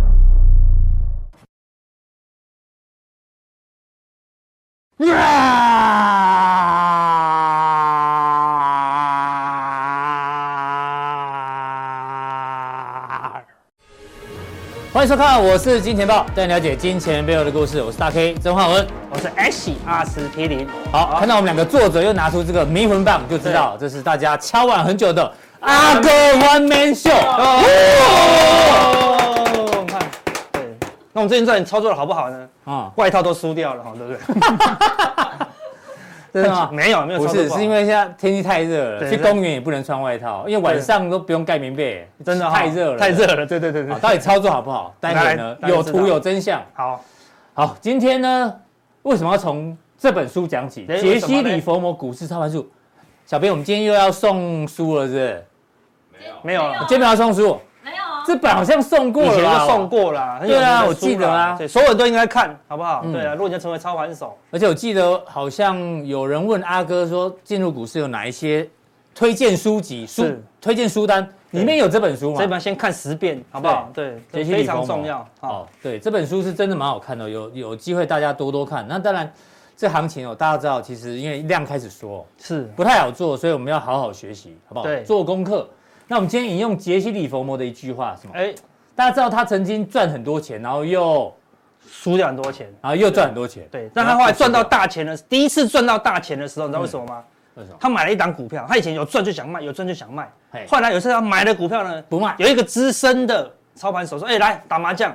欢迎收看，我是金钱豹，带你了解金钱背后的故事。我是大 K 曾焕文。我是 H 二十 P 零，好，看到我们两个作者又拿出这个迷魂棒，就知道这是大家敲碗很久的啊阿哥 One Man Show。哦，看，对，那我们最近到底操作的好不好呢？啊，外套都输掉了哈，对不 真对？的吗？没有没有不操作是，好是因为现在天气太热了，对去公园也不能穿外套，因为晚上都不用盖棉被，真的哈哦太热了，太。热了，对对对好，对。啊到底操作好不好？待会呢来有大家知图道有真相。好，好，今天呢为什么要从这本书讲起？诶杰哎为什么西·呢里佛摩股市操盘术。小编，我们今天又要送书了，是不是？没有了今天不要送书，没有啊，这本好像送过以了前吧就送过了，很有对啊名的我记书得啊啦对，所有人都应该看，好不好？嗯对啊，如果你要成为操盘手，而且我记得好像有人问阿哥说，进入股市有哪一些推荐书籍、书是推荐书单，对里面有这本书吗？这本先看十遍，好不好？对，杰这西·里非佛常摩重要。好，哦，对，这本书是真的蛮好看的，有有机会大家多多看。那当然，这行情哦，大家知道，其实因为量开始缩，哦是不太好做，所以我们要好好学习，好不好？对做功课。那我们今天引用杰西·里佛摩的一句话，什么？哎，大家知道他曾经赚很多钱，然后又输掉很多钱。然后又赚很多钱，对，但他后来赚到大钱的，第一次赚到大钱的时候，你知道为什么吗？为什么？他买了一档股票，他以前有赚就想卖，有赚就想卖。嘿后来有一次他买了股票呢，不卖，有一个资深的操盘手说：“哎、来打麻将。”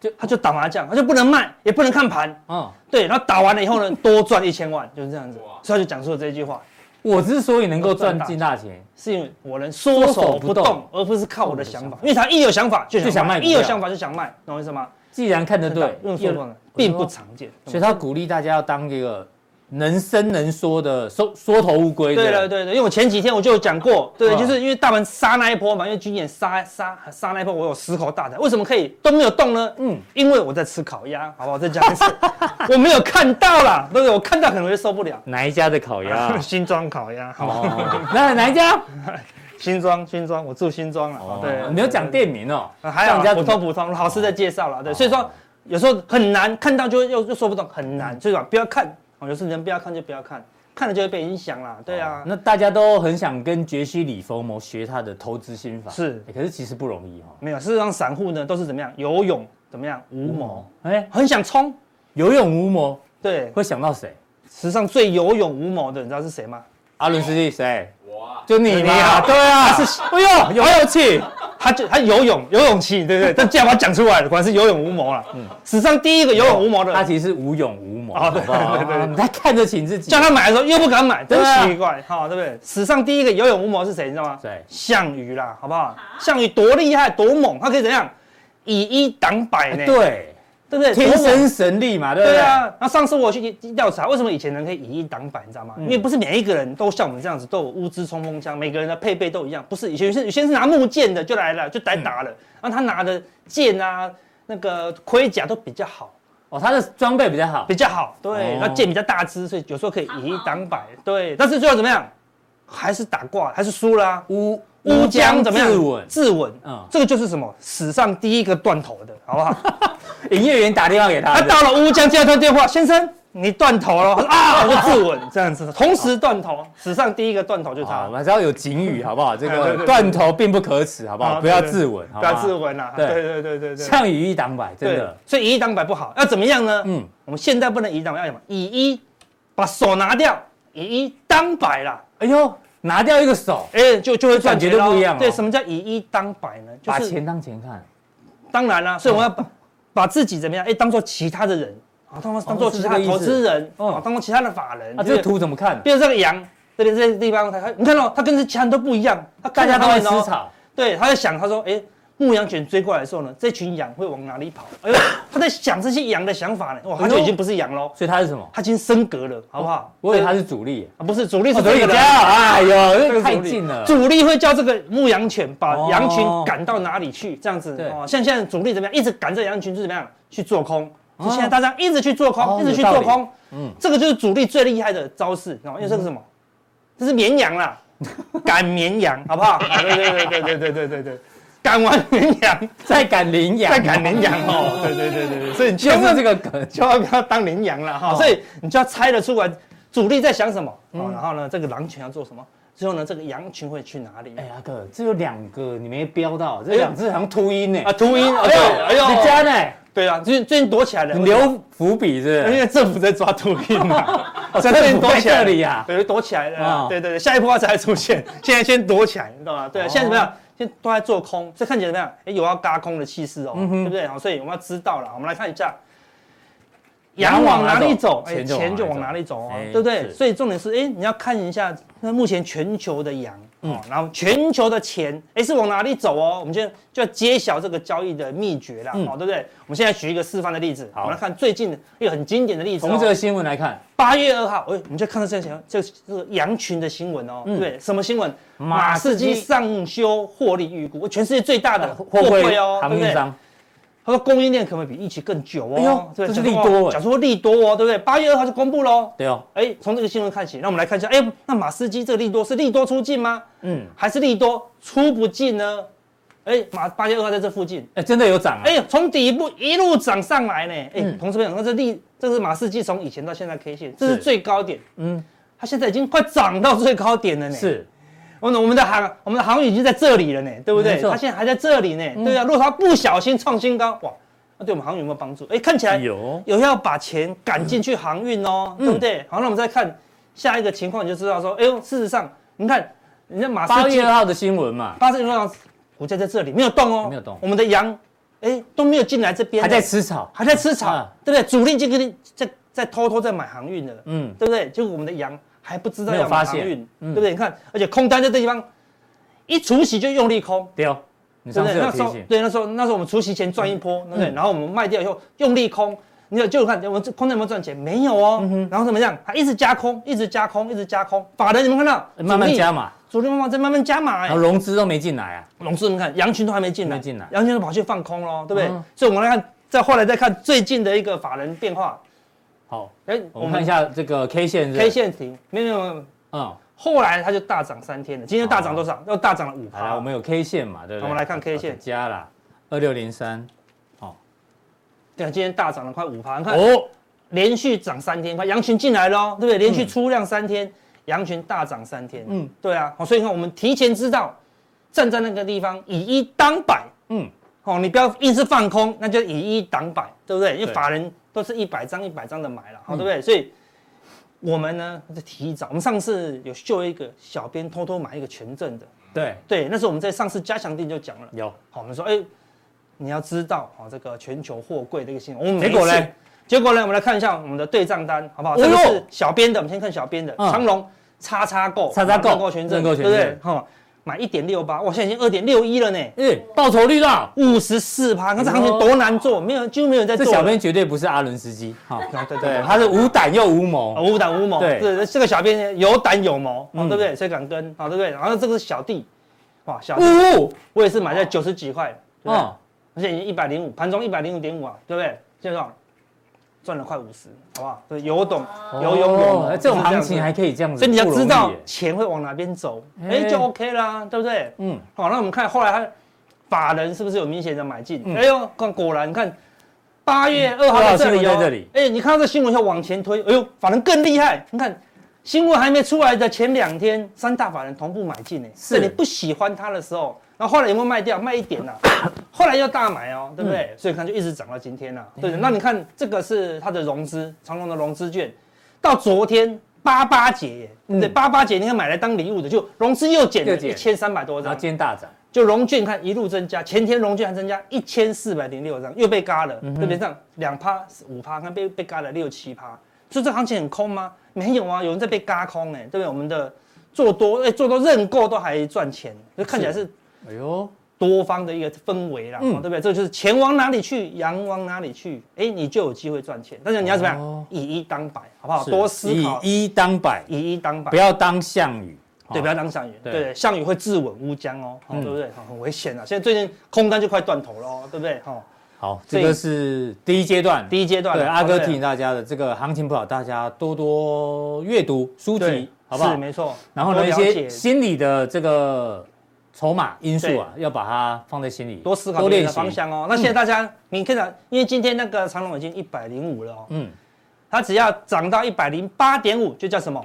就就他就打麻将，他就不能卖，也不能看盘。嗯。对，然后打完了以后 呢，多赚一千万，就是这样子。所以他就讲出了这句话：我之所以能够赚进大钱，是因为我能缩手不缩手不动动，而不是靠我的想法。因为他一有想法就就想想卖卖，呃股票一有想法就想卖，懂我意思吗？既然看得对，用又缩动的并不常见。所以他鼓励大家要当一个能伸能缩的缩缩头乌龟。对了，啊对，对对，因为我前几天我就有讲过，对，嗯就是因为大盘杀那一波嘛，因为军演杀杀杀那一波，我有十口大台，为什么可以都没有动呢？嗯嗯，因为我在吃烤鸭，好不好？再讲一次， 我没有看到啦，对不对？我看到可能会受不了。？哪一家的烤鸭 新庄烤鸭，啊好吧，哦，那哪一家？新庄新庄，我住新庄了，哦对，你有讲店名哦，对，还有这样普人家通普通，好吃再介绍了，对，哦所以说有时候很难看到就又又说不动，很难，所以说不要看，哦，有时候人不要看就不要看，看了就会被影响啦，对啊，那大家都很想跟杰西·里佛摩学他的投资心法，是欸可是其实不容易哈。没有，事实上散户呢都是怎么样游泳怎么样无谋，，哎，很想冲。有勇无谋，对，会想到谁？史上最有勇无谋的，你知道是谁吗？阿伦斯基谁？我啊，就你你嘛，啊对啊，是，哎呦，有勇气，他就他游泳游泳器，对不对？ 但既然把它讲出来了，果然是有勇无谋了。嗯，史上第一个有勇无谋的，他其实是无勇无谋，好哦不对好？对对对你在看得起自己叫，他买的时候又不敢买，真对啊奇怪，哈，对不对？史上第一个有勇无谋是谁？你知道吗？谁项羽啦，好不好？项羽多厉害，多猛，他可以怎样？以一挡百哎呢？对，对不对？天多猛生神力嘛，对不对对？啊，那上次我去调查，为什么以前人可以以一挡百，你知道吗？因为不是每一个人都像我们这样子都有乌兹冲锋枪，每个人的配备都一样，不是以前有些有些是拿木剑的就来了，就来打了，然后他拿的剑啊，那个盔甲都比较好，哦，他的装备比较好比，较好，对哦，那剑比较大只，所以有时候可以以一挡百，对，但是最后怎么样，还是打挂，还是输啦、乌乌江怎么样？自刎，自刎，嗯嗯，这个就是什么史上第一个断头的，好不好？营业员打电话给他他的，啊到了乌江，接到通 电话，先生，你断头了。他说啊，我就自刎这样子，同时断头，史上第一个断头就是好，他我，们还是要有警语，好不好？这 对对个对断头并不可耻，好不好？好不要对对自刎，好不要吗自。刎啦。对对对对对对，项羽一挡百，真对的，，所以以一挡百不好，要怎么样呢？嗯嗯，我们现在不能以一挡百，要什么？以一把手拿掉，以一当百啦。哎呦，拿掉一个手，哎，就就会赚感觉钱咯都不一样哦对，什么叫以一当百呢？就把是钱当嗯钱看，当然啦，所以我们要把把自己怎么样？哎，当做其他的人哦啊，当做当做是其这他个的投意思资人嗯啊，当做其他的法人啊，就这个是图怎么看？比如这个羊，这边这个地方，它它你看哦到、它跟其他人都不一样，它大看家着都它在们吃哦，草，对，他在想，他说，哎、牧羊犬追过来的时候呢，这群羊会往哪里跑？哎呦，他在想这些羊的想法呢，哇，他就已经不是羊喽，所以他是什么？他已经升格了，好不好？我以为对他是主力，啊，不是主力是主这力个叫，人。哎呦，这这个太主力近了，主力会叫这个牧羊犬把哦羊群赶到哪里去，这样子对哦。像现在主力怎么样，一直赶着羊群，就怎么样去做空。哦就现在大家一直去做哦空，一直去有道做理空，嗯，这个就是主力最厉害的招式，哦然后因为这个是什么？ 这是绵羊啦，赶绵羊，好不好？啊对对对对对对对对对，赶完羚羊再赶羚羊，再赶羚羊哦，对对对对对，所以你就千是万这个梗。千万不要当羚羊了哈，哦嗯所以你就要猜得出来主力在想什么，哦然后呢，这个狼群要做什么，最后呢，这个羊群会去哪里哎，？阿哥，这有两个你没标到，这两只好像秃鹰呢。哎啊，秃鹰，哎哎呦，呦，哎哎呦，你呦，家呢？对啊，最近最近躲起来了，你留伏笔是不因是？ 为政府在抓秃鹰嘛， 哦所以政最近府躲在起这来里啊对，躲起来了啊哦，对对对，下一波它才会出现， 现在先躲起来，你知道吗？对啊，哦现在怎么样？现在都在做空，这看起来怎么样？哎，有要嘎空的气势嗯哦，对不对？好，所以我们要知道了，我们来看一下。羊羊往往哪哪里里走，走哎，钱就钱就往往哪哪里里走啊哎，对不对？是所以重点是，哎，你要看一下那目前全球的羊，嗯哦，然后全球的钱，哎，是往哪里走哦？我们就就要揭晓这个交易的秘诀啦，嗯哦，对不对？我们现在举一个示范的例子，我好们来看最近一个很经典的例子哦，从这个新闻来看，八月二号，哎、我们就看到这条这个这个羊群的新闻哦，对，什么新闻？嗯马马士士基呃基上修获利预估，全世界最大的货柜哦，航对不运对？商，他说供应链可能比预期更久哎哦呦，对，这是讲说利多哇哎讲说利多哦，对不对？八月二号就公布喽。对哦，哎，从这个新闻看起，那我们来看一下，哎，那马士基这个利多是利多出尽吗？嗯，还是利多出不尽呢？哎，马八月二号在这附近，哎，真的有涨啊，哎，从底部一路涨上来呢。哎，嗯同志们，那这利这是马士基从以前到现在 K 线，这是是最高点，嗯，它现在已经快涨到最高点了呢。，是，嗯我们我们的航我们的航运已经在这里了呢，对不对？没错嗯它现在还在这里呢，对啊。如果它不小心创新高，哇，那对我们航运有没有帮助？哎，看起来有，嗯有要把钱赶进去航运哦，对不对？好，那我们再看下一个情况，你就知道说，哎呦，事实上，你看人家马八士基月啊二号的新闻嘛，巴士基上股价在这里没有动哦，没有动我们的羊，哎，都没有进来这边，还在吃草，还在吃草，啊对不对？主力就跟你在在偷偷在买航运了，嗯，对不对？就我们的羊还不知道没有要买发航现运，嗯对不对？你看，而且空单在这地方一除息就用力空，对哦，你对上不次有对？那提时候醒，嗯对那时候那时候我们除息前赚一波，对不对？然后我们卖掉以后用力空，你有就有看哎我们这空单有没有赚钱？没有嗯哦。然后怎么样？还一直加空，一直加空，一直加空。法人你们看到慢慢，加主力嘛，主力慢慢在慢慢加码哎然后。融资都没进来啊，龙叔，你看羊群都还没进来，没进来羊群都跑去放空喽，对不对？嗯所以我们来看，再后来再看最近的一个法人变化，好，哎，我们看一下这个 K 线是不是 K，线停，没有没有没有，嗯，后来它就大涨三天了，今天大涨多少？又大涨了五哦好啦，趴我。们有 K 线嘛，对不对？我们来看 K 线好再加啦，二六零三，对，今天大涨了快五趴，你看哦，连续涨三天，快羊群进来喽，对不对？连续出量三天，羊群大涨三天，嗯嗯，对啊，好，所以你看我们提前知道，站在那个地方以一当百，嗯，哦，你不要硬是放空，那就以一挡百，对不对？因为对嗯法人都是一百张一百张的买了，好、对不对？所以我们呢就提早，我们上次有秀一个小编偷偷买一个权证的，对，对，那时候我们在上次加强定就讲了，有，好，我们说，哎、你要知道，好、这个全球货柜的一个新闻，我们结果每一次嘞，结果呢，我们来看一下我们的对账单，好不好？嗯哎这呦个是小编的，我们先看小编的，嗯长隆叉叉购，叉叉购认购权证，认购对权不证对？哈，买一点六八，哇，现在已经二点六一了呢。哎，报酬率啦，五十四趴，看这行情多难做，没有几乎没有人在这做了。小编绝对不是阿伦斯基，哈，啊， 对对对对，，他是无胆又无啊谋，无胆无谋，对对，这个小编有胆有谋，哦，对嗯不对？谁敢跟？啊，对不对？然后这个是小弟，哇，小弟，呜，我也是买在九十几块，对不对？哦，而且已经一百零五，盘中一百零五点五啊，对不对？现在多少赚了快五十，好不好？对，有懂有勇有谋哦，这种行就是情样还子。可以这样子，所以你要知不道容易耶钱会往哪边走，哎，哎就 OK 啦，对不对？嗯，好，哦那我们看后来他法人是不是有明显的买进？嗯哎呦，看果然，你看八月二号嗯在这里、哦，二号新闻在这里哎，你看到这新闻要往前推，哎呦，法人更厉害，你看。新闻还没出来的前两天，三大法人同步买进呢、是在你不喜欢它的时候，然后后来有没有卖掉？卖一点啦、后来又大买哦，对不对？嗯所以看就一直涨到今天啦、对的，那你看这个是它的融资，长隆的融资券，到昨天八八节耶，对不对，嗯八八节你看买来当礼物的，就融资又减了又一减千三百多然张后，今天大涨，就融券看一路增加，前天融券还增加一千四百零六张，又被嘎了，嗯对不对？这样两趴五趴，看被被嘎了六七趴，所以这行情很空吗？没有啊，有人在被嘎空哎、对不对？我们的做多哎、做多认购都还赚钱，就看起来是哎呦，多方的一个氛围啦，嗯哦对不对？这就是钱往哪里去，羊往哪里去，哎、你就有机会赚钱。但是你要怎么样？哦以一当百，好不好？是多思考，以以一当百，一当百不。要当项羽，对，不要，要当项羽。哦对对，项羽会自刎乌江哦，哦嗯对不对？哦很危险啊！现在最近空单就快断头了哦，对不对？哈，好，所以这个是第一阶段，第一阶段对了阿哥提哦醒大家的，这个行情不好，大家多多阅读书对籍，好不好是？没错。然后呢，多一了解些心理的这个筹码因素啊，要把它放在心里，多思考别的方向哦。那现在大家，你看到，因为今天那个长隆已经一百零五了哦，嗯，它只要涨到一百零八点五，就叫什么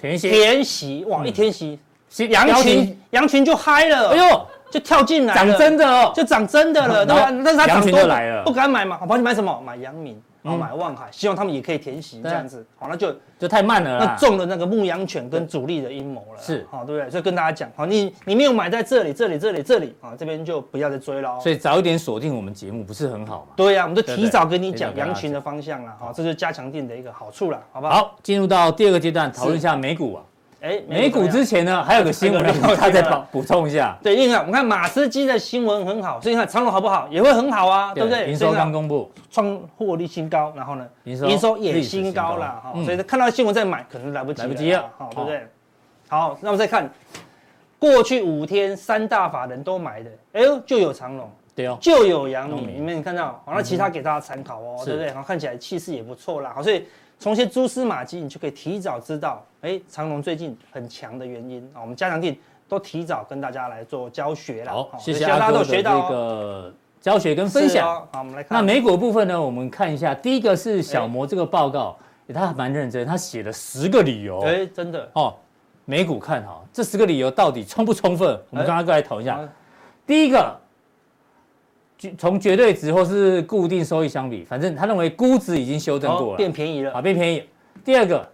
填息，天息哇，一天息，息羊嗯标群题羊群就嗨了，哎呦，就跳进来了，涨真的哦，就涨真的了，嗯对吧然后？但是它羊涨群多就来了不敢买嘛，好吧？你买什么？买阳明，然后嗯买万海，希望他们也可以填息这对啊样子，好，那就就太慢了那啦。中了那个牧羊犬跟主力的阴谋了啦，是好、对不对？所以跟大家讲，好，你你没有买在这里，这里，这里，这里啊、这边就不要再追了哦。所以早一点锁定我们节目不是很好吗？对啊呀、我们都对提早跟你提早讲跟大家羊群的方向了，好、这就是加强定的一个好处了，好不好？，好，进入到第二个阶段，讨论一下美股啊。哎，美股之之前呢，还有个新闻，还有让个大家新再闻补充一下。对，因为啊我们看马斯基的新闻很好，所以你看长隆好不好也会很好啊，对不对？营收所以你看刚公布，创获利新高，然后呢，营收营收也新高了历史新哈、高嗯所以看到新闻再买可能来不及来不及了啦哈、对不对？好，那我们再看过去五天三大法人都买的，哎呦，就有长隆，对哦，就有阳阳明，明嗯你们看到，哦好，那其他给大家参考哦，是对不对？好，看起来气势也不错啦，好，所以从一些蛛丝马迹，你就可以提早知道，哎，长隆最近很强的原因啊，我们加强定都提早跟大家来做教学啦，哦好，谢所以谢希望阿大家哥的这都有学到哦个教学跟分是享。哦，好，我们来看，那美股的部分呢，我们看一下，第一个是小摩这个报告，诶他还蛮认真，他写了十个理由哎，真的，哦。美股看好，这十个理由到底充不充分？我们哎跟阿哥来讨论一下。好第一个，绝从绝对值或是固定收益相比，反正他认为估值已经修正过哦了，变便宜了啊，，变便宜。第二个，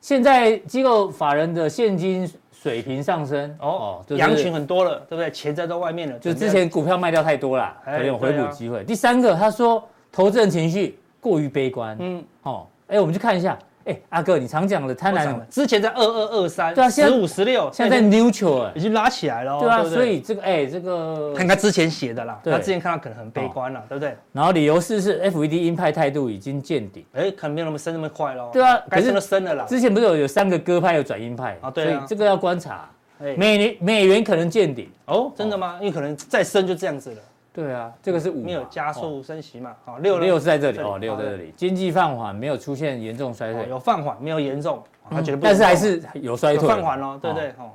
现在机构法人的现金水平上升，哦，就是羊群很多了，对不对？钱在到外面了，就准备之前股票卖掉太多啦，哎可能有回对补啊机会。第三个，他说投资人情绪过于悲观，嗯，哦，哎，我们去看一下，哎，阿哥，你常讲的贪不婪涨了，，嗯之前在二二二三，对啊现十在五十六，现在在 neutral，哎已经拉起来了哦，对啊，不所以这个哎这个看他之前写的啦，对哦他之前看到可能很悲观啦，对不对？然后理由是是 FED 鹰派态度已经见顶。哎，可能没有那么升那么快喽。对啊该可是升的升了啦。之前不是有有三个鸽派有转鹰派啊对啊所以这个要观察。哎，美元美元可能见顶，哦，真的吗？因为可能再升就这样子了，对啊，这个是五嘛，没有加速升息嘛。好，六哦，呢六是在这里这里哦，六在好这里，经济放缓，没有出现严重衰哦退，有放缓，没有严重，哦他觉得不嗯严重，但是还是有衰有退，放缓喽，对不对？哦，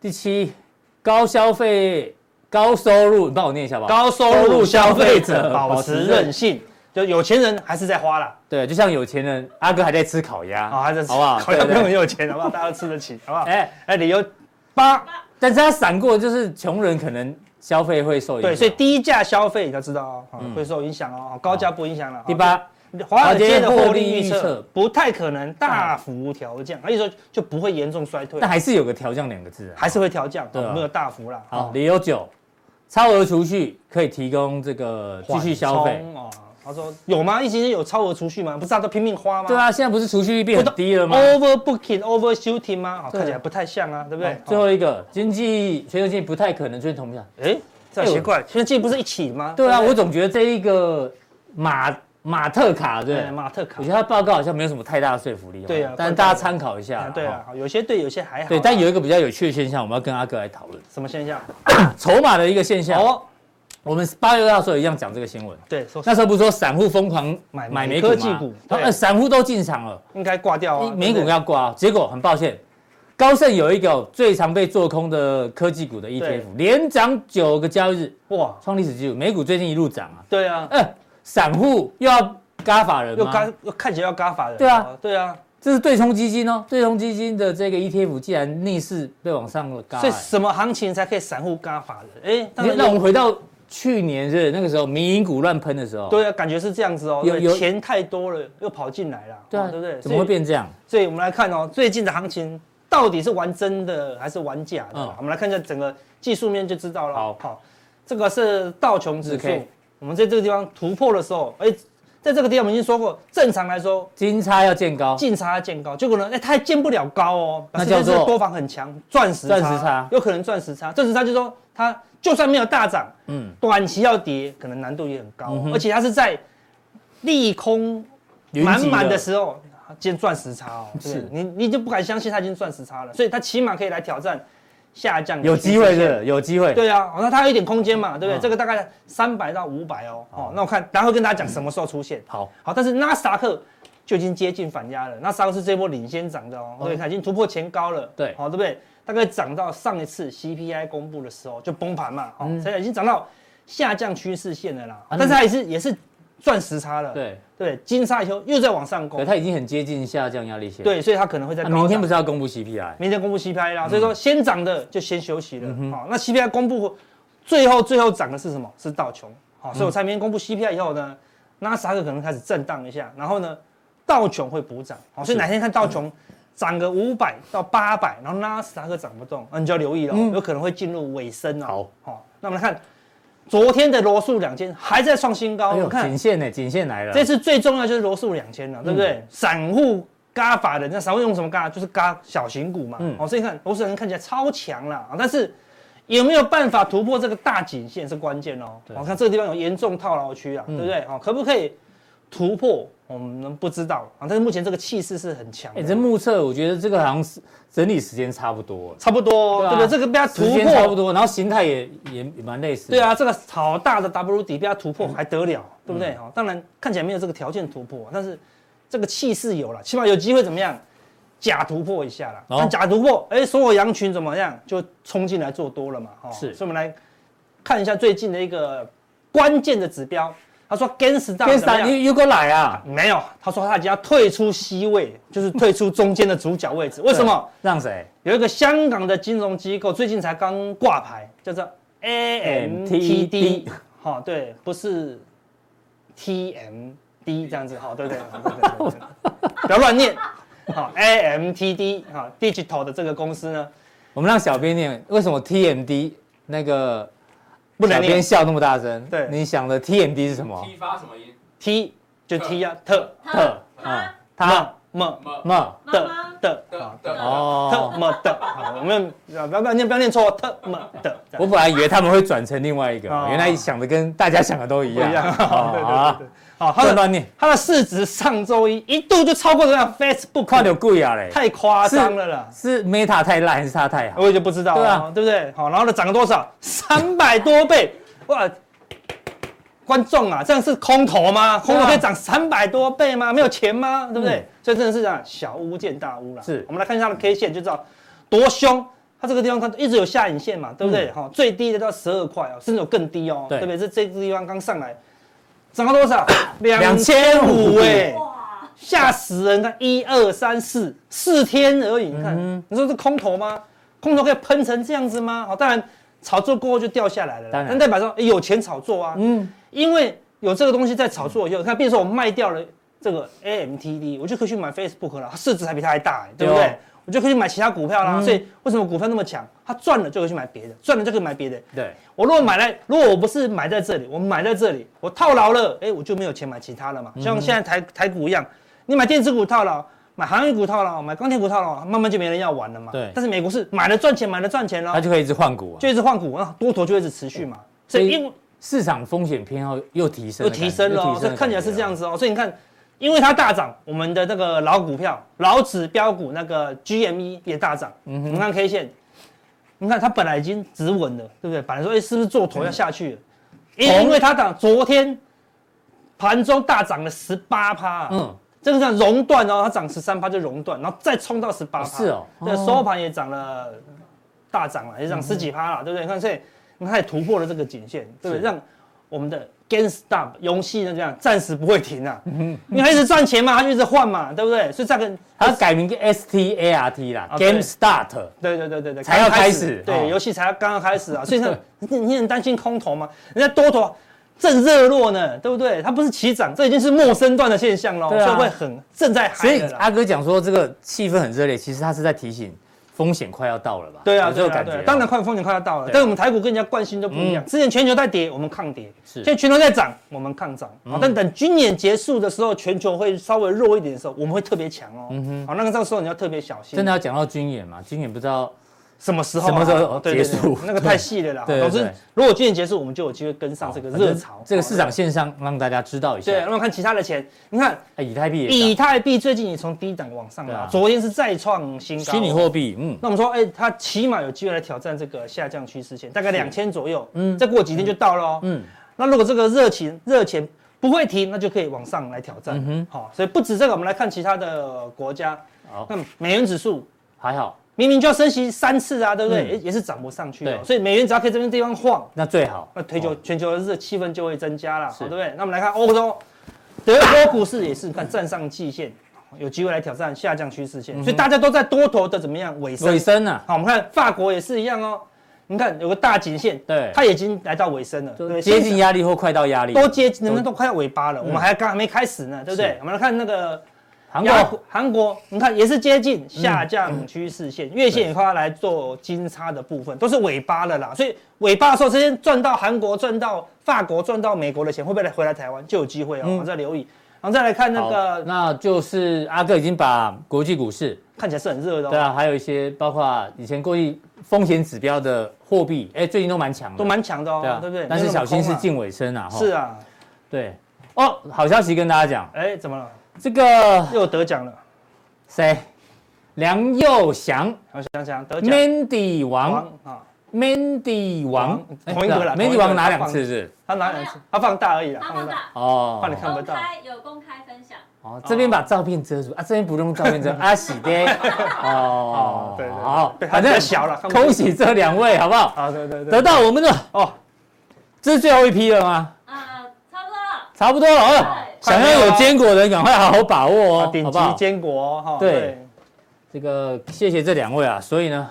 第七，高消费、高收入，你帮我念一下吧。高哦收入高收入消消费费者者保保持持韧韧性，就有钱人还是在花啦，对，就像有钱人，阿哥还在吃烤鸭，啊，还是好不好？ 好对像没对有对很有钱，好不好？大家都吃得起，好不好？哎，哎，理由八，但是他闪过，就是穷人可能消费会受影响。对，所以低价消费你要知道哦哦，会受影响哦，高价不影响了。嗯第哦八，华尔街的华尔街获获利利预预测测不太可能大幅调降，而且说就不会严重衰退但，还是有个调降两个字啊。还是会调降，对啊哦没有大幅啦。好，哦，理由九，超额储蓄可以提供这个继续消缓费。冲哦。他说有吗？一直有超额储蓄吗？不是他都拼命花吗？对啊，现在不是储蓄率变很低了吗？哦，overbooking、overshooting 吗？哦对看起来不太像啊，对不对好？最后一个，经济全球经济不太可能出现同向。哦，哎，这哎很我奇怪，现在这不是一起吗？对啊，不我总觉得这一个马马特卡，对不对哎，马特卡我觉，得他报告好像没有什么太大的说服力哦。对啊但是大家参考一下哎啦。对哈啊，有些对，有些还好啊。对，但有一个比较有趣的现象，我们要跟阿哥来讨论什么现象？筹码的一个现象。哦，我们八月二号的时候一样讲这个新闻，对，说那时候不是说散户疯狂买买买买美股科吗？技股然对后呃散户都进场了，应该挂掉啊，美股对要挂哦。结果很抱歉，高盛有一个最常被做空的科技股的 ETF，连涨九个交易日，不对哇，创历史记录。美股最近一路涨啊，对啊，哎，散户又要嘎法人又吗？嘎又看起来要嘎法的，对啊哦，对啊，这是对冲基金哦，对冲基金的这个 ETF 既然逆势被往上了嘎、所以哎什么行情才可以散户嘎法人？哎，当那然那我有们回到去年是那个时候民营股乱喷的时候，对啊，感觉是这样子哦，有对有钱太多了，又跑进来了，对啊，哦对不对？怎么会变这样？所以？所以我们来看哦，最近的行情到底是玩真的还是玩假的嗯？我们来看一下整个技术面就知道了。好好，这个是道琼指数 OK，我们在这个地方突破的时候，哎，在这个地方我们已经说过，正常来说金叉要见高，进差见高，结果呢，哎、它还见不了高哦，哦那表示叫这是做多方很强，钻石钻石差有可能钻石差，钻石差就是说它就算没有大涨，嗯，短期要跌，可能难度也很高哦、嗯哼而且它是在利空云集满满了的时候。见钻石差哦，对不对是你你就不敢相信它已经钻石差了，所以它起码可以来挑战下降的有趋势机会线是不是有机会，对啊，哦那它有一点空间嘛，对不对？嗯这个大概三百到五百哦，哦好，那我看，然后跟大家讲什么时候出现。好，好，但是纳斯达克哦就已经接近反压了，纳斯达克是这波领先涨的哦，对，它已经突破前高了，对好，对不对？大概涨到上一次 CPI 公布的时候就崩盘嘛，哦，现在已经涨到下降趋势线了啦，嗯啊但是它也是也是赚时差了，对，对，金沙以后又在往上可攻，它已经很接近下降压力线。，对，所以它可能会在那啊明天不是是要公布 CPI？明天公布 CPI 嗯啦，所以说先涨的就先休息了，好，那 CPI 公布最后最后涨的是什么？是道琼，嗯好，所以我猜明天公布 CPI 以后呢，纳斯达克可能开始震荡一下，然后呢，道琼会补涨，好，所以是哪天看道琼涨个五百到八百，然后纳斯达克涨不动，那啊你就要留意了，有可能会进入尾声哦。嗯好，好，那我们来看昨天的罗素两千还在创新高，哎我呦，们看颈线呢？颈线来了。这次最重要就是罗素两千嗯了，对不对？散户嘎法人，那散户用什么嘎？就是嘎小型股嘛。嗯哦，所以你看罗素两千看起来超强了，啊但是有没有办法突破这个大颈线是关键哦。对嗯我、看这个地方有严重套牢区啊，对不对？哦，可不可以突破？哦我们不知道啊，但是目前这个气势是很强的。哎，这目测我觉得这个好像是整理时间差不多，差不多哦，对啊对不对？这个被它时突间差不破，多，然后形态也也也蛮类似。对，啊，这个好大的 W 底被它突破还得了，嗯对不对？哈、当然看起来没有这个条件突破，但是这个气势有了，起码有机会怎么样？假突破一下啦，哦那、假突破，哎，所有羊群怎么样就冲进来做多了嘛，哈、是所以我们来看一下最近的一个关键的指标，他说 Gans 大跟三又又过来啊，没有，他说他已经要退出 C 位，就是退出中间的主角位置， 为什么？让谁？有一个香港的金融机构最近才刚挂牌，叫做 AMTD， AMTD 好、对，不是 TMD 这样子，好、对对对对对对对，不要乱念，好、AMTD，好、Digital 的这个公司呢，我们让小编念，为什么 TMD 那个不能小编念笑那么大声？对你想的 TMD 是什么？踢发什么音？ T 就 T 啊，特特嗯他他么么么妈的的，好的的特哦，么的，好，我们不要不要念不要念错，哦特么的，这我样本来以为他们会转成另外一个，哦原来想的跟大家想的都一不样。一样，哦 对对对对，不好，它能的乱念，它的市值上周一一度就超过这样 Facebook 快点贵啊嘞！太夸张了啦，是 Meta 太烂还是他太好？我也就不知道对了、啊对不对？好，然后呢，涨了多少？ 三百多倍，哇！观众啊，这样是空头吗？空头可以涨三百多倍吗？没有钱吗？对不对？啊嗯所以真的是啊，小巫见大巫啦。是我们来看一下它的 K 线就知道多凶。它这个地方它一直有下影线嘛，对不对？哈、最低的到十二块哦，甚至有更低哦，嗯对不对？这这个地方刚上来，涨到 多少？ 2500哎哇，吓死人！看一二三四四天而已，你看，嗯你说是空头吗？空头可以喷成这样子吗？哦好，当然炒作过后就掉下来了啦，当然但代表说、诶有钱炒作啊，嗯，因为有这个东西在炒作以后，你看，比如说我卖掉了这个 AMTD，我就可以去买 Facebook 了，它市值还比它还大、欸对不对对？哦我就可以去买其他股票啦。嗯所以为什么股票那么强？它赚了就可以去买别的，赚了就可以买别的。对，我如果买来，如果我不是买在这里，我买在这里，我套牢了，哎、我就没有钱买其他了嘛。像现在台台股一样，你买电子股套牢，买航运股套牢，买钢铁股套牢，慢慢就没人要玩了嘛。对但是美国是买了赚钱，买了赚钱他了，就可以一直换股啊就。一直换股，啊，多头就一直持续嘛。所以所以因为市场风险偏好又提升又的感觉，提升又了、哦提，升所的以看起来是这样感觉啊子哦。所以你看，因为它大涨，我们的那个老股票、老指标股那个 GME 也大涨。嗯你看 K 线，你看它本来已经止稳了，对不对？本来说，哎、是不是做头要下去了？嗯因为它涨，昨天盘中大涨了十八趴，啊。嗯，这个叫熔断哦，它涨十三趴就熔断，然后再冲到十八趴，是哦嗯对，收盘也涨了，大涨了，也涨十几趴了，对不对？你看，所以你看它也突破了这个颈线，对不对？是让我们的 GameStop 游戏呢这样暂时不会停啊，嗯因为它一直赚钱嘛，它就一直换嘛，对不对？所以这个他改名叫 START 啦啊对，Game Start。对对对对对，才要刚开始哦对，游戏才要刚刚开始啊，所 以呢，你你很担心空头吗？人家多头啊正热络呢，对不对？它不是起涨，这已经是陌生段的现象喽，对啊所以会很正在所嗨以的啦。阿哥讲说这个气氛很热烈，其实他是在提醒风险快要到了吧？对啊，有这个对啊感对啊觉。哦当然，快风险快要到了对，啊嗯但我们台股跟人家惯性就不一样。之前全球在跌，我们抗跌；是嗯现在全球在涨，我们抗涨。好但等今年结束的时候，全球会稍微弱一点的时候，我们会特别强哦。好，那个到时候你要特别小心。嗯真的要讲到军演嘛？军演不知道什么时候啊什么时候对对对结束那个太细了啦。哦对对总对之，如果今年结束，我们就有机会跟上这个热潮哦反正。这个市场啊线上让大家知道一下。对，那我们看其他的钱，你看哎，以太币也以太币最近也从低档往上对啊拉，昨天是再创新高。涨，虚拟货币，嗯，那我们说，哎、它起码有机会来挑战这个下降趋势线，大概两千左右，嗯，再过几天就到了哦，嗯嗯，那如果这个热情热钱不会停，那就可以往上来挑战，好、所以不止这个，我们来看其他的国家，好那美元指数还好，明明就要升息三次啊，对不对？也也是涨不上去哦对。所以美元只要可以这边地方晃，那最好。那全球哦全球的热气氛就会增加了，好对不对？那我们来看欧洲，德国股市也是看站上季线，有机会来挑战下降趋势线，所以大家都在多头的怎么样尾声尾。声啊，好，我们看法国也是一样哦，你看有个大颈线，对它已经来到尾声了，对不就对，接近压力或快到压力。嗯都接近，能不能都快要尾巴了？我们还刚还没开始呢，对不对是？我们来看那个韩亚国韩国，你看也是接近下降趋势线，嗯月线也快要来做金叉的部分，都是尾巴了啦。所以尾巴的时候，这些赚到韩国、赚到法国、赚到美国的钱，会不会来回来台湾就有机会哦？我们再留意，然后再来看那嗯好个，那就是阿哥已经把国际股市，看起来是很热的对哦，啊，还有一些包括以前过去风险指标的货币，哎，最近都蛮强的，都蛮强的哦对啊，，对不对？但是小心是进近尾声啊，哈是，啊，对。哦，好消息跟大家讲，哎，怎么了？这个又得奖了，谁，梁佑祥我想想得奖，Mandy 王王啊， ，Mandy 王，哎同一个啦，Mandy 同一个王拿他两放次是？他哪两次？他放大而已啦，啊他放大，哦，换你看不公到开有公开分享，哦，这边把照片遮住啊，这边不用照片遮 啊，喜的哦哦，对对对好，对反它正比较小啦看不恭喜这两位，好不好？啊，对对对，得到我们的，哦，这是最后一批了吗？啊，差不多了，差不多了，哦，快想没有啊要有了坚果的人赶快好好把握啊哦，顶好不级好？坚果哦哈，对，这个谢谢这两位啊，所以呢，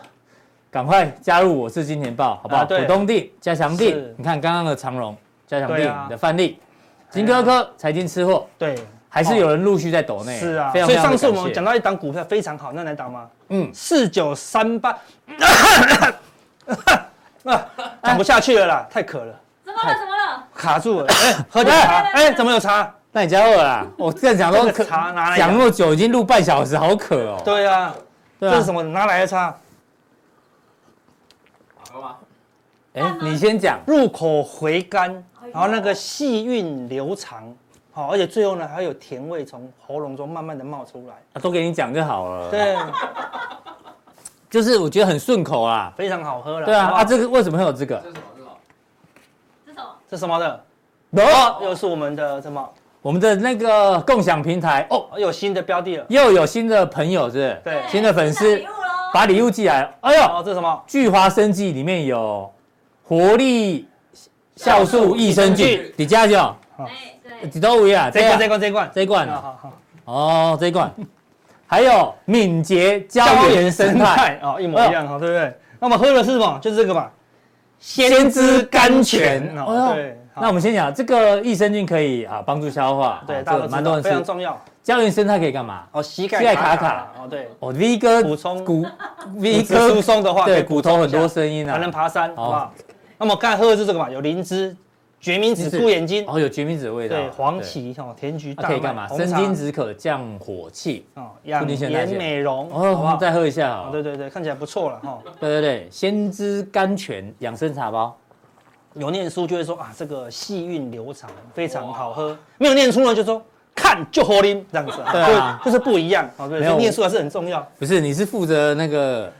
赶快加入我是金钱豹，好不好？啊对股东地、加强地是，你看刚刚的长荣、加强地对啊哎你的范例，金科科财经吃货，对，还是有人陆续在抖内，是啊，非常所以上次我非常们地讲感谢到一档股票非常好，那哪档吗？嗯，四九三八， 哎啊，讲不下去了啦，太渴了，怎么了？怎么了？卡 住了，哎，喝点茶，哎哎，怎么有茶？那你加二 啦！我正想那说个可茶拿来讲那么久，已经录半小时，好渴哦。对啊，对这是啊，什么？拿来的茶？哎，你先讲，入口回甘，哎呦然后那个细韵流长，哦好，而且最后呢还有甜味从喉咙中慢慢的冒出来，啊都给你讲就好了。，对，就是我觉得很顺口啊。非常好喝了。对啊，好不好啊，这个为什么会有这个？这什么？这什么的？哦，又是我们的什么？我们的那个共享平台哦，哦，有新的标的了。又有新的朋友是不是？对，新的粉丝哎礼物喽，把礼物寄来。哎然后呦，这是什么？聚华生技里面有活力酵素益生菌，底下就哎，对，几多位啊？这一个罐，这一罐，这一罐。这一罐好啊好好，哦，这一罐，还有敏捷胶原生态。啊，一模一样哈，对不对？那我们喝的是什么？就是这个嘛，先知甘泉哦，哦对，那我们们先讲这个益生菌可以啊帮助消化，啊对这大家个都蛮知多道，人非常吃。重要。胶原生态可以干嘛？哦，膝盖膝盖卡卡卡，哦对，哦，V 哥补充骨 V 骨质疏哥松的话，可对以骨头很多声音才能啊，爬山，好不好？那么刚才喝的是这个嘛，有灵芝、决明子、顾眼睛，哦有决明子的味道，对，黄芪哦，甜菊、对，啊大麦可以干嘛？红生茶津止渴，降火气。哦，养促进腺代颜谢美容，好不哦好，？再喝一下好哦了，对对对，看起来不错了哈。对对对，先知甘泉养生茶包，有念书就会说啊，这个细韵流长，非常好喝；没有念书呢，就说看就活灵这样子、对啊就就是不一样，好、对不没对？有所以念书还是很重要。不是你是负责那个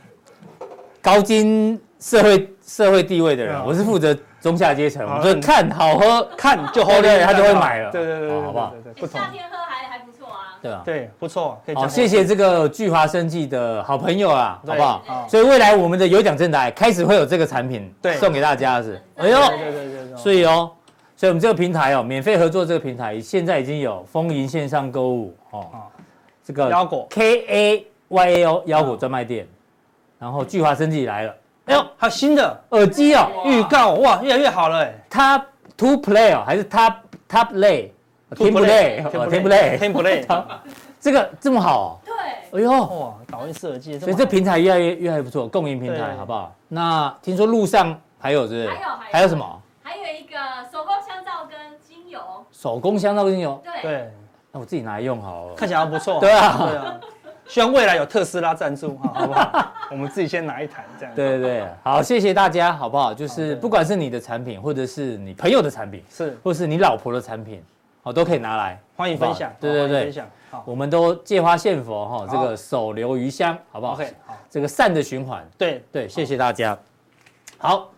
高精社会社会地位的人对，啊我是负责中下阶层，好嗯我们看好喝看就就 hold 活灵，他就会买了，对对对对，好不好？对对对哎不同夏，天喝还还不错啊，对吧？对，不错，可以好，讲。谢谢这个聚华生技的好朋友啊，好对，不好？好所以未来我们的有奖征答开始会有这个产品对送给大家的是，哎对呦，对对对对对，所以哦，所以我们这个平台哦，免费合作这个平台现在已经有丰盈线上购物哦哦，这个腰果 K A Y A O 腰果专卖店，然后聚华生技来了，哎呦，还有新的耳机哦，预告，哇，越来越好了哎。 Top Two Play 哦，还是 Top Top Lay Team Play 哦 Team t e Play， m p l a y 这个这么好对，哦，哎呦。哇，导音设计，所以这平台越来越越来越不错，共赢平台对好不好？那听说路上还有是不是？还有还有什么？还有一个手工香皂跟精油，手工香皂精油，对，对，那我自己拿来用好了。看起来还不错。对啊对啊，希望未来有特斯拉赞助哈，好不好？我们自己先拿一台 这 样。对对对，好，谢谢大家，好不好？就好是对不管是你的产品，或者是你朋友的产品，是或是你老婆的产品，好，都可以拿来。欢迎分享，对对好欢迎对分享好我们都借花献佛哈，这好个手留余香，好不好，OK，好，这个善的循环，对，对，谢谢大家。好，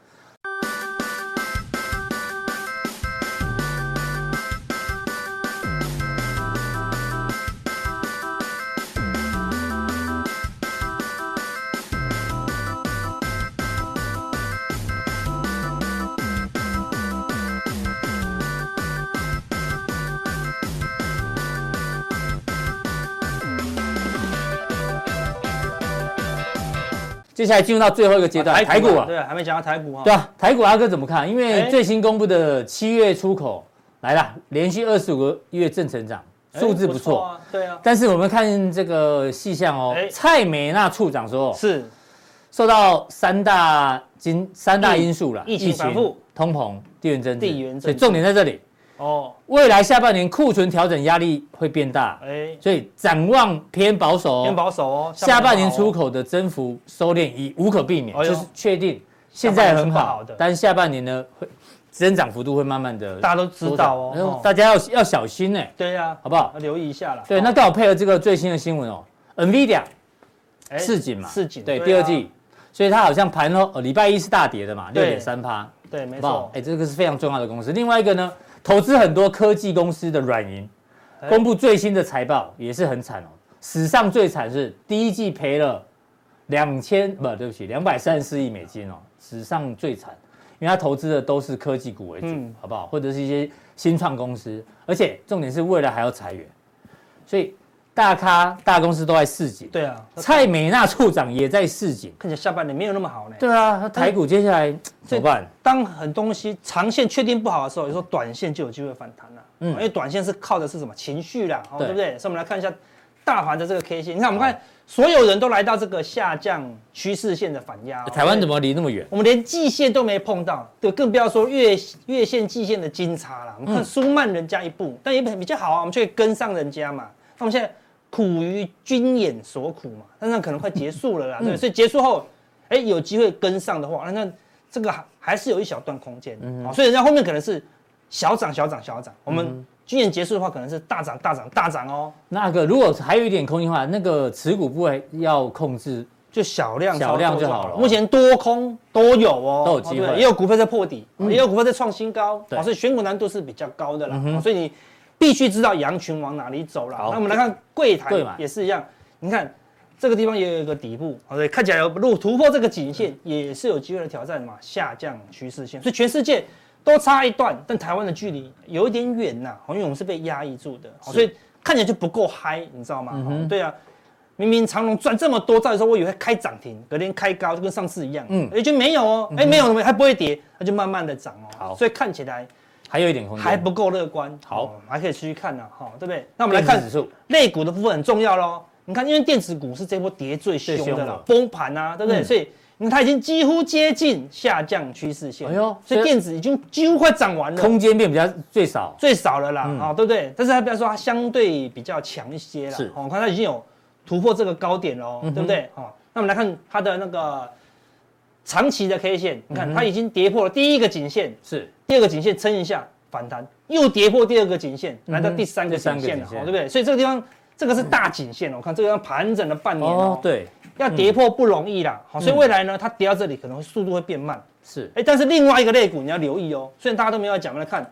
接下来进入到最后一个阶段，台股啊啊，对啊，还没讲到台股啊，对啊，台股阿哥怎么看？因为哎最新公布的七月出口来了，连续二十五个月正成长，哎数字不不错。啊，对啊，但是我们看这个细项哦哎，蔡美娜处长说，是受到三大经三大因素啦，疫情反复、通膨、地缘政治，地缘政治所以重点在这里。哦，未来下半年库存调整压力会变大，哎，所以展望偏保守哦。偏保守哦，下半年好哦出口的增幅收敛已无可避免，哎呦就是确定现在很下半年是不好，好的但下半年呢会增长幅度会慢慢的，大家都知道哦哦哎大家要要小心呢、对呀，好不好？要留意一下啦。对，那刚好配合这个最新的新闻哦，NVIDIA 哎市井嘛，市井对啊第二季，所以它好像盘后呃礼拜一是大跌的嘛，六对点三趴，对，没好不好错？哎，，这个是非常重要的公司。另外一个呢，投资很多科技公司的软银，哎公布最新的财报也是很惨哦，史上最惨是第一季赔了两千不对不起两百三十四亿美金哦，史上最惨，因为他投资的都是科技股为主，嗯好不好？或者是一些新创公司，而且重点是未来还要裁员，所以大咖大公司都在市井，对啊，蔡美娜处长也在市井，看起来下半年没有那么好呢。对啊，台股接下哎来怎么办？当很东西长线确定不好的时候，有时候短线就有机会反弹了。嗯嗯，因为短线是靠的是什么情绪啦，哦，对对不对？所以我们来看一下大盘的这个 K 线。你看，我们看所有人都来到这个下降趋势线的反压哦。台湾怎么？么离那么远？我们连季线都没碰到，对，更不要说月月线、季线的金叉了。我们看舒慢人家一步，但也比较好啊，我们却跟上人家嘛。那我们现在苦于军演所苦嘛，那那可能快结束了啦，对，所以结束后，哎，有机会跟上的话，那那这个还还是有一小段空间，好，所以人家后面可能是小涨、小涨、小涨。我们军演结束的话，可能是大涨、大涨、大涨哦，那个如果还有一点空间的话，那个持股部位要控制，就小量小量操作就好了哦目前多空都有哦，都有机会哦对也有股票在破底，嗯也有股票在创新高，对嗯哦所以选股难度是比较高的啦。哦所以你必须知道羊群往哪里走啦。好那我们来看柜台对嘛也是一样，你看这个地方也有一个底部，哦所以看起来有如果突破这个颈线，也是有机会的挑战嘛下降趋势线。所以全世界都差一段，但台湾的距离有一点远呐、哦因为我们是被压抑住的，哦所以看起来就不够嗨，你知道吗？哦对啊。明明长隆赚这么多，照理说我以为会开涨停，隔天开高就跟上次一样，嗯嗯，哎就没有哦，哎、没有了，它不会跌，它就慢慢的涨哦，好所以看起来还有一点空间。还不够乐观，好哦还可以继续看呢、哈、对不对？那那我们来看指数，类股的部分很重要喽。你看，因为电子股是这波跌最凶最的凶的了，崩盘啊，对不对？嗯所以你看它已经几乎接近下降趋势线，哎哎呦呦，所所以以电子已经几乎快涨完了，空间变比较最少，最少了啦，嗯啊、对不对？但是它不要说它相对比较强一些啦，是哦，我看它已经有突破这个高点喽，嗯哼对不对？哦，那我们来看它的那个长期的 K 线，嗯你看、它已经跌破了第一个颈线，是第二个颈线撑一下反弹，又跌破第二个颈线，嗯哼来到第三个颈第三线个颈了，哦线，嗯对不对？所以这个地方这个是大颈线哦，我看这个地方盘整了半年哦，，，哦对，要跌破不容易啦，哦好、所以嗯未来呢，它跌到这里可能会速度会变慢。是哎、但是另外一个类股你要留意哦，虽然大家都没有讲，我们来看，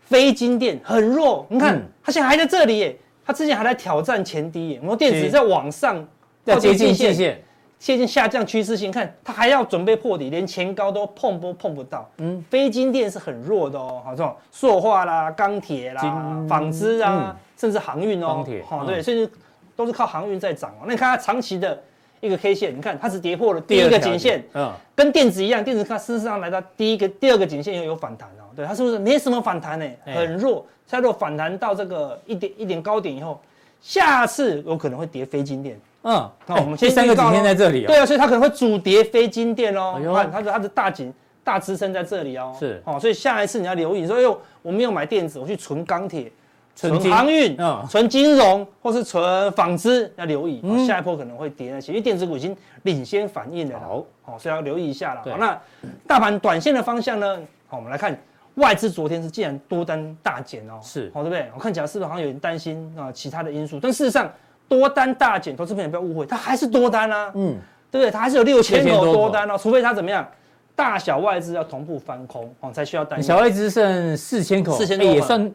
非金电很弱，你看、嗯它现在还在这里耶，它之前还在挑战前低耶，我们电子是在往上要接近季极限，接近下降趋势线，看它还要准备破底，连前高都碰都碰不到。嗯嗯，非金电是很弱的哦，好这种塑化啦、钢铁啦金、嗯纺织啊，甚至航运哦，钢铁好、嗯对，所以都是靠航运在涨哦。那你看它长期的一个 K 线，你看它只跌破了第一个颈线，，嗯，跟电子一样，电子看事实上来到第一个、第二个颈线又有反弹哦，对，它是不是没什么反弹呢、欸哎很弱。它如果反弹到这个一点一点高点以后，下次有可能会跌非金电。嗯，那哎我们先第三个预告景咯天在这里哦，对啊，所以它可能会主跌非金电哦哎。呦你看它的它的大颈大支撑在这里哦。是哦，所以下一次你要留意，你说哟，我没有买电子，我去存钢铁、纯存金航运嗯、存金融或是存纺织，要留意、哦嗯下一波可能会跌那些，因为电子股已经领先反应了啦。好，哦，所以要留意一下了。对好，那大盘短线的方向呢？好，我们来看外资昨天是竟然多单大减哦，是好、对不对？我看起来是不是好像有点担心啊、其他的因素？但事实上多单大减，投资朋友不要误会，它还是多单啊，嗯，对不对？它还是有六千6000口多多单哦，除非它怎么样，大小外资要同步翻空哦，才需要担你心。小外资剩四千口， 4000哎多也嘛算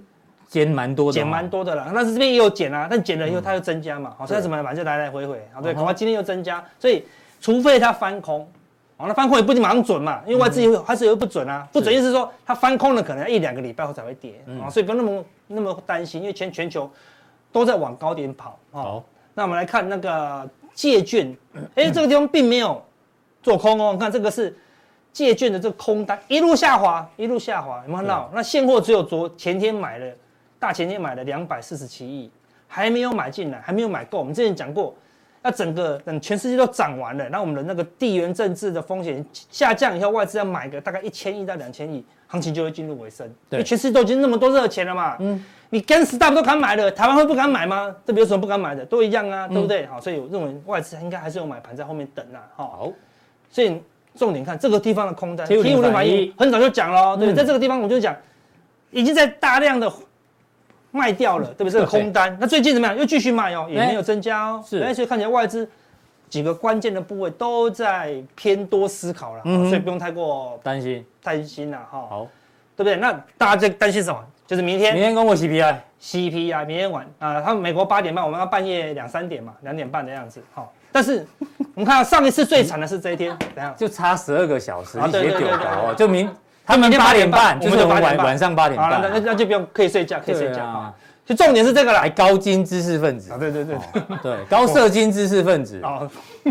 减蛮多的，哦减蛮，多的啦，但是这边也有减啊，但减了以后它又增加嘛，哦好、所以它怎么办？就来来回回，好对，嗯嗯哼恐怕今天又增加，所以除非它翻空，好，那翻空也不一定马上准嘛，因为外资也会它是有不准嗯啊，不准意思是说它翻空了可能要一两个礼拜后才会跌，啊、所以不用那么那么担心，因为全全球都在往高点跑，哦，好，那我们来看那个借券，哎、这个地方并没有做空哦。你看这个是借券的这个空单一路下滑，一路下滑，有没有看到？那现货只有昨前天买了，大前天买了两百四十七亿，还没有买进来，还没有买够。我们之前讲过，那整个等全世界都涨完了，那我们的那个地缘政治的风险下降以后，外资要买个大概一千亿到两千亿，行情就会进入尾声。对因为全世界都已经那么多热钱了嘛，嗯，你跟 stop 都敢买了，台湾会不敢买吗？这有什么不敢买的？都一样啊，对不对？好，所以我认为外资应该还是有买盘在后面等啦，哈。好，所以重点看这个地方的空单， T50 T 五零反反一一很早就讲了哦，对不嗯对，在这个地方我就讲，已经在大量的卖掉嗯了，对不对？这个空单，那最近怎么样？又继续卖哦，也没有增加哦，哎是哎所以看起来外资几个关键的部位都在偏多思考了，嗯哼所以不用太过担心。担心了哈，好，对不对？那大家在担心什么？就是明明天天公布 CPI， CPI，明天晚啊、他们美国八点半，我们要半夜两三点嘛，两点半的样子，好、但是我们看到上一次最惨的是这一天，怎样？就差十二个小时，啊你对直接对丢对搞对哦，就明他们明天八点8:30半，就是我我们们就8:30晚晚上八点好了，那那半，那就不用可以睡觉，可以睡对觉啊啊。就重点是这个啦还。高精知识分子啊，，对对对，哦 对，高社经知识分子，哦，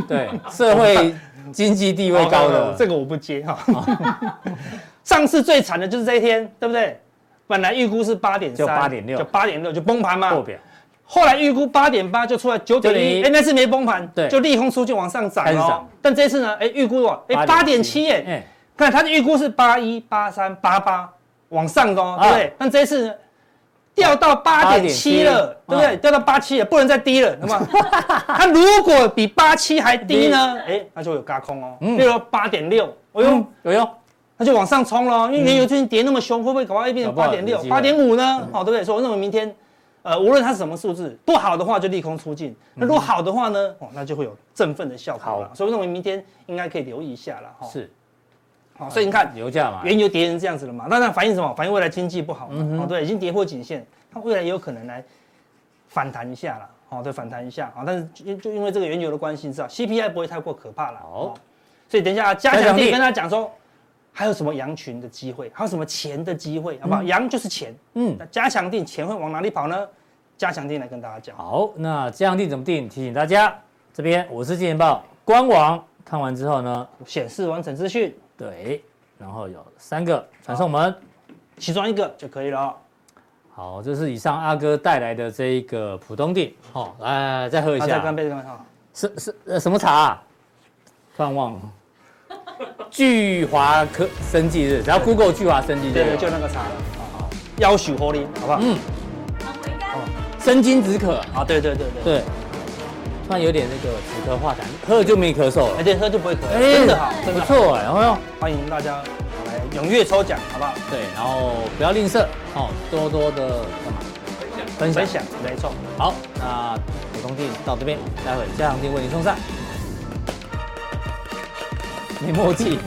对，社会经济地位高的，这个我不接哈。 上次最惨的就是这一天，对不对？本来预估是八点就8.6就八点六就崩盘破嘛。表，后来预估八点八就出来九点一， 9.1哎，那次没崩盘，对就利空出就往上涨开始哦涨。但这次呢，哎，预估哦，哎，八点七耶，哎，看它的预估是八一、八三、八八往上的哦，啊对不对？但这次呢掉到八点8.7七了，对不对？嗯掉到八七了，不能再低 了，那么它如果比八七还低呢？哎，那就有嘎空哦，啊嗯例如八点六，哎呦嗯，，有用，那就往上冲喽，因为原油最近跌那么凶，会不会搞到变成搞不八好点六有、机会嗯八点五呢？哦，对不对？所以我认为明天，呃，无论它是什么数字，不好的话就利空出尽，那如果好的话呢，哦，那就会有振奋的效果了。嗯好所以我认为明天应该可以留意一下了哈。是，好，所以你看，油价嘛，啊原油跌成这样子了嘛，那那反映什么？反映未来经济不好嗯嘛，哦，对，已经跌破颈线，它未来也有可能来反弹一下啦，哦，对，反弹一下啊、哦但是就就因为这个原油的关系，你知道 CPI 不会太过可怕了，好哦，所以等一下加加强强地地跟大家讲说，还有什么羊群的机会，还有什么钱的机会，好不好？羊就是钱，嗯那，加强定钱会往哪里跑呢？加强定来跟大家讲。好，那这样定怎么定？提醒大家，这边我是金钱豹官网，看完之后呢，显示完整资讯，对，然后有三个传送门。其中一个就可以了哦。好，这是以上阿哥带来的这一个浦东地，好、哦，来再喝一啊再下干，杯，再干杯哈。是是呃什么茶、啊？突然忘了，聚华科生技日，只要 Google 聚华生技对对，日，就那个茶了，好好，要许活力，好不好？嗯，很回甘，生津止渴，啊，对对对对。对，突然有点那个止咳化痰，喝了就没咳嗽哎，了，对，喝就不会渴，哎真的好，啊真不的好。错哎，然后。欢迎大家来踊跃抽奖，好不好？对，然后不要吝啬哦，多多的干嘛？分分享。享，没错。好，那普通镜到这边，待会加强镜为您送上。没默契。